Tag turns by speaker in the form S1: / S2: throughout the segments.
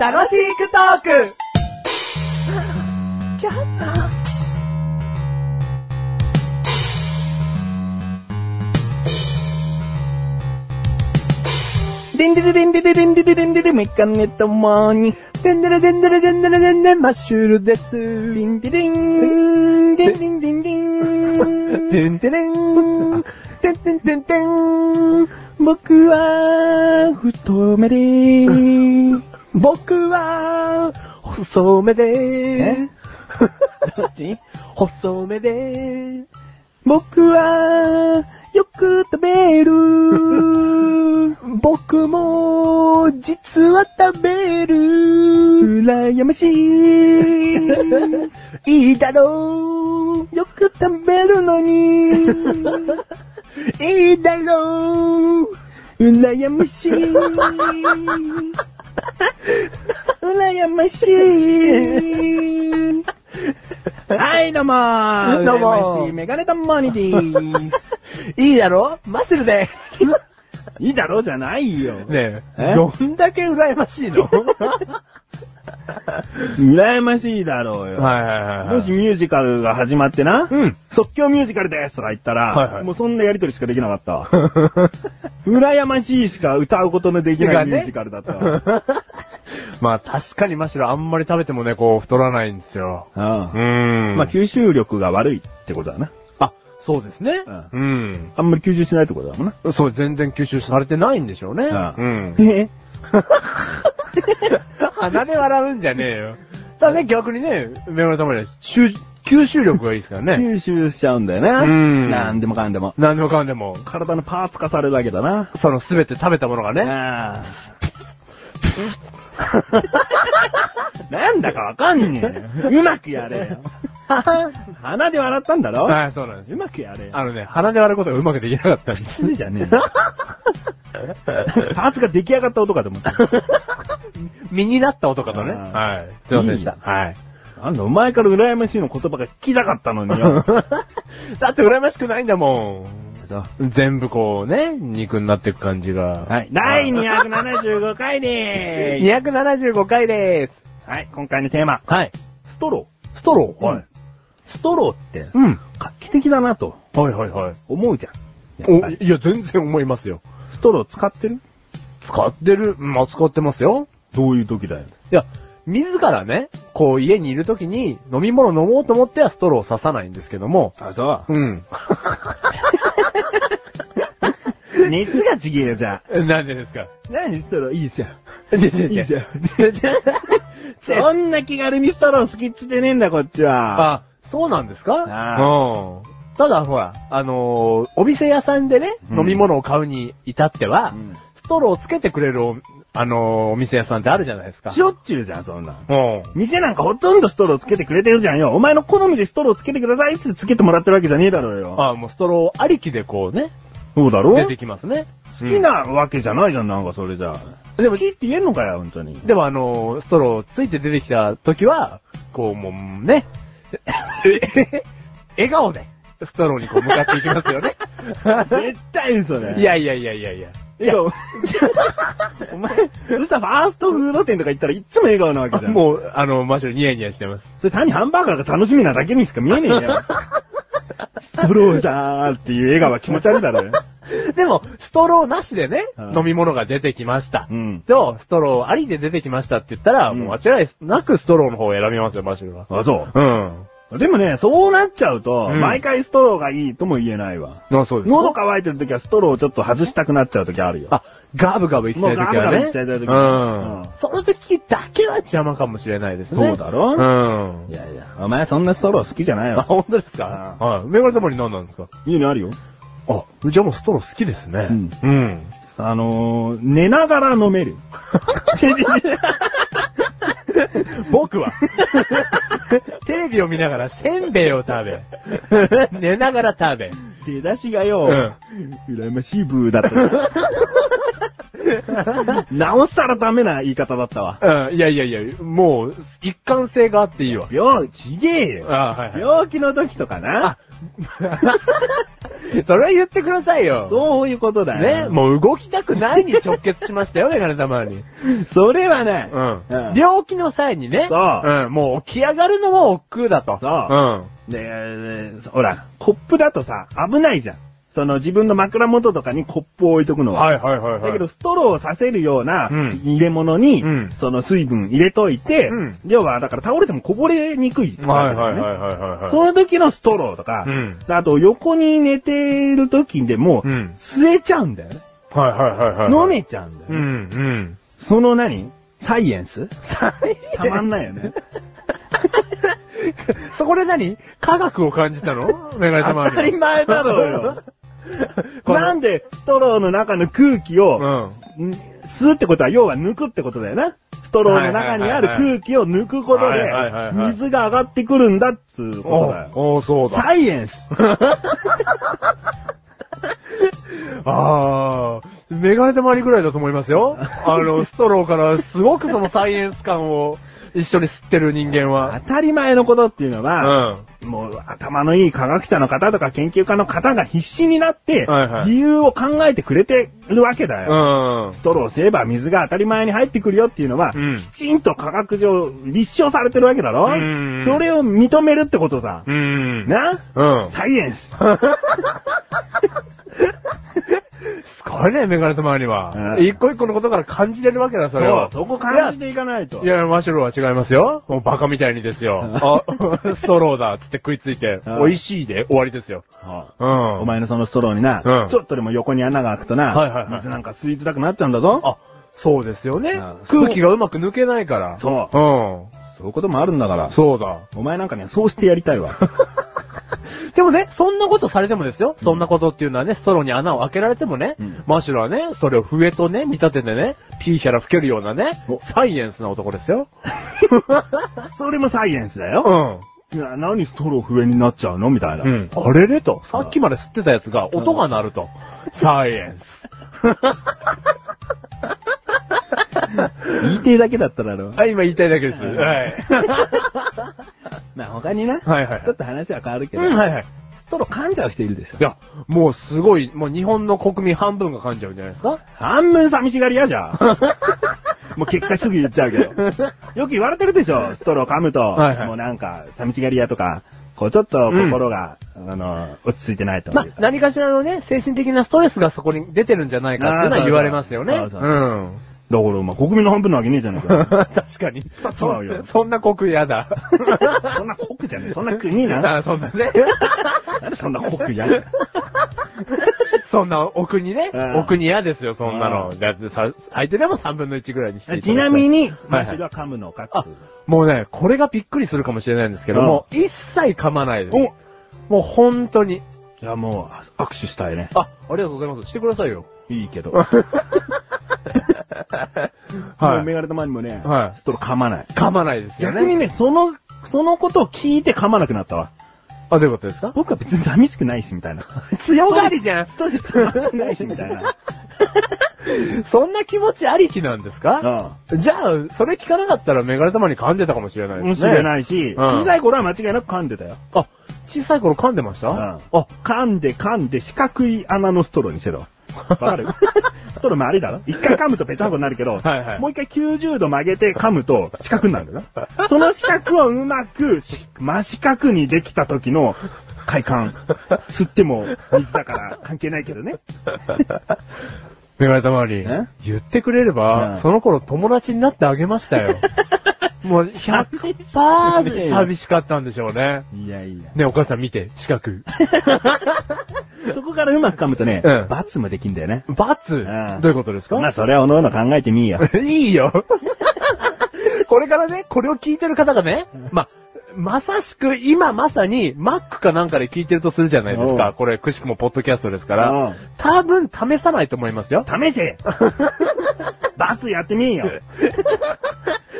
S1: 楽しくトーク
S2: でんでれでんでれでんでれでんでれメガネたまに。でんでれでんでれでんでれでんでマッシュルです。でんでれん。でんでんでんでん。でんでれん。でんでんでんでん。僕は太めで。僕は細めで。どっち細めで。僕は、よく食べる。僕も、実は食べる。羨ましい。いいだろう。よく食べるのに。いいだろう。 羨ましい。羨ましい。はい、どうもー
S1: どうも
S2: 羨まし
S1: ー
S2: いメガネタマニティーす。いいだろマッシュルです。いいだろじゃないよ。
S1: ね
S2: え
S1: どんだけ羨ましい の
S2: 羨ましいだろうよ。
S1: はいはいはいはい。
S2: もしミュージカルが始まってな、
S1: うん
S2: 即興ミュージカルですとか言ったら、
S1: はいはい
S2: もうそんなやりとりしかできなかった わ。羨ましいしか歌うことのできないミュージカルだった わ。
S1: まあ確かにマシロあんまり食べてもね、こう太らないんですよ。うー
S2: うん
S1: ん。
S2: まあ、吸収力が悪いってことだな。
S1: あ、そうですね。
S2: う
S1: うん。
S2: あんまり吸収しないってことだもんな。
S1: そう、全然吸収されてないんでしょうね。
S2: うん
S1: うん。
S2: え
S1: 鼻で笑うんじゃねえよ。 ただね、逆にね、目のためには吸吸収力がいいですからね。
S2: 吸収しちゃうんだよな。
S1: うん
S2: なんでもかんでも。
S1: 何でもかんでも、
S2: 体のパーツ化されるわけだな。
S1: そのすべて食べたものがね。
S2: ああ なんだかわかんねえよ。うまくやれ よ。鼻で笑ったんだろ
S1: はい、そうなんです
S2: う
S1: よ。
S2: まくやれよ。
S1: あのね、鼻で割ることがうまくできなかったんです。
S2: すねじゃね えよ。パーツが出来上がった音かと思った。
S1: 身になった音かとね。
S2: あー
S1: はい。すいませんでし
S2: い
S1: た
S2: い。
S1: はい。
S2: なんだ、お前から羨ましいの言葉が聞きたかったのによ。
S1: だって羨ましくないんだも。
S2: そうん
S1: 全部こうね、肉になっていく感じが。
S2: はい。第275回でーす。
S1: 275回でーす。
S2: はい、今回のテーマ。
S1: はい。
S2: ストロ
S1: ストロ
S2: ー。。ストローって、
S1: うん。
S2: 画期的だなと
S1: はいはいはい。
S2: 思うじゃん。やっ
S1: お、
S2: ぱり
S1: いや、全然思いますよ。
S2: ストロー使ってる
S1: 使ってる、まあ、使ってますよ。
S2: どういう時だよ。
S1: いや、自らね、こう家にいる時に飲み物飲もうと思ってはストローを刺さないんですけども、
S2: あ、そ
S1: うん。
S2: う。熱がちげえよ、じゃあ。
S1: なんでですか
S2: 何ストローいいじゃん。
S1: いや
S2: いい
S1: い
S2: じ
S1: や
S2: ゃん。 そんな気軽にストロー好きっつってねえんだ、こっちは。
S1: あ、そうなんですか
S2: あ
S1: うん。ただ、ほら、あのーお店屋さんでね、
S2: うん
S1: 飲み物を買うに至っては、
S2: うん
S1: ストローをつけてくれるお、あのーお店屋さんってあるじゃないですか。
S2: しょっちゅうじゃん、そんなん。
S1: うん。
S2: 店なんかほとんどストローつけてくれてるじゃんよ。お前の好みでストローつけてくださいっつってつけてもらってるわけじゃねえだろうよ。
S1: あもうストローありきでこうね、
S2: そうだろ
S1: 出て
S2: 好
S1: きますね。
S2: きなわけじゃないじゃん、なんかそれじゃあ。
S1: でも
S2: 好きって言えんのかよ、本当に。
S1: でもあのーストローついて出てきた時は、こうもう ね、笑顔で、ストローにこう向かっていきますよね。
S2: 絶対嘘だよ。
S1: い、やいやいやいやいや。
S2: 笑 顔。お前、そしたらファーストフード店とか行ったらいっつも笑顔なわけじゃん。う。
S1: もう、あの、マジでニヤニヤしてます。
S2: それ単にハンバーガーが楽しみなだけにしか見えねえ よ。ストローだーっていう笑顔は気持ち悪いだろうよ。
S1: でも、ストローなしでね、
S2: はい
S1: 飲み物が出てきました
S2: う。ん。
S1: と、ストローありで出てきましたって言ったら、
S2: うん
S1: もう間違いなくストローの方を選びますよ、マシュルは。
S2: あ、そ
S1: うん。
S2: う。でもね、そうなっちゃうと、
S1: うん
S2: 毎回ストローがいいとも言えないわ。
S1: あ、そうです。
S2: 喉乾いてる時はストローをちょっと外したくなっちゃう時あるよ。
S1: あ、ガブガブいきたい時は
S2: も
S1: ね。
S2: うガブガブいきたい時
S1: う
S2: う
S1: ん。
S2: ん
S1: その時だけは邪魔かもしれないですね。
S2: そうだろ
S1: うん
S2: い。やいや、お前そんなストロー好きじゃない
S1: あ、
S2: よ。
S1: 本当ですかはい。メガネたまに何なんですか
S2: いいのあるよ。
S1: あ、じゃあもうストロー好きですね。
S2: うん
S1: うん。
S2: あのー、寝ながら飲め る。
S1: 僕は、テレビを見ながらせんべいを食 べ、寝ながら食べ。
S2: 出だしがよ、羨ましいブーだった。直したらダメな言い方だったわ。
S1: うん、いやいやいや、もう、一貫性があっていいわ。
S2: 病、ちげえよ。
S1: あはいはい。
S2: 病気の時とかな。
S1: それは言ってくださいよ。
S2: そういうことだ
S1: ね、
S2: よ。
S1: もう動きたくないに直結しましたよ、メガネ玉に。
S2: それはね、
S1: うん。
S2: で
S1: 病気の際にね。。
S2: そうん
S1: もう起き上がるのも億劫だと。
S2: そう
S1: うん。
S2: で、ほら、コップだとさ、危ないじゃん。その自分の枕元とかにコップを置いとくのは。
S1: はいはいはいはい。
S2: だけど、、ストローをさせるような
S1: うん
S2: 入れ物に、
S1: うん
S2: その水分入れといて、
S1: うん
S2: 要は、だから倒れてもこぼれにくい、
S1: はいはいはいはいはいはい。
S2: その時のストローとか、
S1: うん
S2: あと横に寝ている時でも、
S1: うん
S2: 吸えちゃうんだよね。
S1: はいはいはいはい。
S2: 飲めちゃうんだよ
S1: う
S2: ね。
S1: んうん。
S2: その何サイエンス
S1: さ
S2: たまんないよね。
S1: そこで何科学を感じたのメガネ玉
S2: 当
S1: に。
S2: たり前だろうよ。
S1: この
S2: なんでストローの中の空気を、
S1: うん。
S2: ん吸うってことは、要は抜くってことだよな。ストローの中にある空気を抜くこと
S1: はい
S2: で
S1: はいはいはい、
S2: 水が上がってくるんだっつうことだよ。
S1: おおそうだ。
S2: サイエン ス
S1: ああ、メガネ玉にぐらいだと思いますよ。あの、ストローからすごくそのサイエンス感を一緒に吸ってる人間
S2: 当
S1: は。
S2: たり前のことっていうの
S1: う
S2: は、
S1: ん。
S2: もう頭のいい科学者の方とか研究家の方が必死になって
S1: はいは、い
S2: 理由を考えてくれてるわけだよ。
S1: うん。
S2: ストローを吸えば水が当たり前に入ってくるよっていうのは、
S1: うん
S2: きちんと科学上立証されてるわけだろ
S1: うん
S2: それを認めるってことさ。
S1: うん。
S2: な
S1: うん。
S2: サイエンス
S1: すごいね、メガネ玉には。
S2: うん
S1: 一個一個のことから感じれるわけだ、それ
S2: そ
S1: を
S2: う、。そこ感じていかないと。
S1: いや、マシュルは違いますよ。もうバカみたいにですよ。あ、 ストローだ、つって食いついて、
S2: うん
S1: 美味しいで終わりですよ。
S2: は
S1: うん。
S2: あお前のそのストローにな、
S1: うん
S2: ちょっとでも横に穴が開くとな、
S1: はいはいはい
S2: 水なんか吸いづらくなっちゃうんだぞ。
S1: あ、そうですよね
S2: うん。
S1: 空気がうまく抜けないから。。
S2: そうそういうこともあるんだか
S1: う
S2: ら
S1: ん。。そうだ。
S2: お前なんかね、そうしてやりたい わ。
S1: でもね、そんなことされてもですよ。そんなことっていうのはね、ストローに穴を開けられてもね、
S2: うん
S1: マシュルはね、それを笛とね、見立ててね、ピーヒャラ吹けるようなね
S2: お、
S1: サイエンスな男ですよ。
S2: それもサイエンスだ
S1: う
S2: よ。
S1: ん。
S2: いや何ストロー笛になっちゃうのみたいな。
S1: うん。あれれと、さっきまで吸ってたやつが音が鳴ると。サイエンス。
S2: 言いてえだけだっただろ。
S1: はい、今言いたいだけです。
S2: うん
S1: はい。
S2: まあ他にな、
S1: はいはい
S2: ちょっと話は変わるけど、
S1: うん、はいはい。
S2: ストロー噛んじゃう人いるでしょ
S1: い。や、もうすごい、もう日本の国民半分が噛んじゃうんじゃないですか
S2: 半分寂しがり屋じゃ ん。もう結果すぐ言っちゃうけど。よく言われてるでしょ、ストロー噛むと。
S1: はいはい
S2: もうなんか、寂しがり屋とか、こうちょっと心が、あの、落ち着いてないと
S1: ま
S2: いう
S1: あ
S2: か、
S1: 何かしらのね、精神的なストレスがそこに出てるんじゃないかっていうのは言われますよね。
S2: あーそうそう
S1: うん。
S2: だから、まあ、国民の半分なわけねえじゃないか。
S1: 確かに。
S2: そうよ
S1: そんな国嫌 だ。
S2: そんな国じゃねえ、そんな国な。
S1: あそんなね。
S2: なんでそんな国やねん。
S1: そんなお国ね
S2: うん。
S1: お国嫌ですよ、そんなの。
S2: う
S1: だってさ、相手でも3分の1ぐらいにしていただきた
S2: ち
S1: い
S2: なみ、に、
S1: は
S2: マ
S1: い
S2: シュルは噛むのかっ
S1: あ
S2: つう。、
S1: もうね、これがびっくりするかもしれないんですけども、一切噛まないです。もう本当に。
S2: じゃあもう、握手したいね。
S1: あ、ありがとうございます。してくださいよ。
S2: いいけど。もう
S1: は
S2: メ
S1: い。
S2: ガネとマにもね、
S1: はい
S2: ストロー噛まない。
S1: 噛まないですよ
S2: 逆に
S1: ね。
S2: ね、その、そのことを聞いて噛まなくなったわ。
S1: あ、どういうことですか
S2: 僕は別に寂しくないし、みた いな。
S1: 強がりじ ゃん。ストレ
S2: ないし、みたいな。
S1: そんな気持ちありきなんですか
S2: う
S1: じゃあ、それ聞かなかったらメガネ玉に噛んでたかもしれない
S2: ん。
S1: で
S2: も
S1: す
S2: し
S1: ね。。
S2: れないいし、
S1: ん
S2: 小さい頃は間違いなく噛んでたよ。
S1: あ、小さい頃噛んでました、
S2: うん
S1: あ、
S2: 噛んで噛んで四角い穴のストローにしてたわ。わか るストローもあれだろ一回噛むとペタンコになるけど、
S1: はいはい
S2: もう一回90度曲げて噛むと四角になるんだよ。その四角をうまくし真四角にできた時の快感。吸っても水だから関係ないけどね。
S1: メガネ玉に
S2: え。
S1: 言ってくれれ
S2: う
S1: ば、
S2: ん
S1: その頃友達になってあげまし たよ。もう100%寂しかったんでしょうね。
S2: いやいや。
S1: ね、お母さん見て、四角。
S2: そこからうまく噛むとね、
S1: うん
S2: 罰もできんだよね。
S1: 罰、
S2: ん
S1: どういうことですか、
S2: まあそれはおのおの考えてみいよ。
S1: いいよ。これからね、これを聞いてる方がね、まあ、まさしく今まさに Mac かなんかで聞いてるとするじゃないです
S2: うん
S1: か。これ、くしくもポッドキャストですか
S2: うん
S1: ら。多分試さないと思います よ。
S2: 試 せバツやってみん よ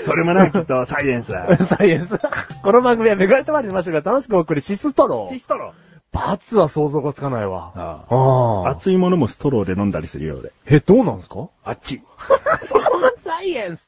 S2: それもな、きっとサイエンス だ。
S1: サイエンス。 この番組はめぐられたまりのマシュルが楽しくお送りしストロ
S2: シ
S1: ー。
S2: ストロ
S1: 罰は想像がつかないわ。
S2: あ
S1: ああ。
S2: 熱いものもストローで飲んだりするようで。
S1: え、どうなんですか
S2: あっち。
S1: そこがサイエンス。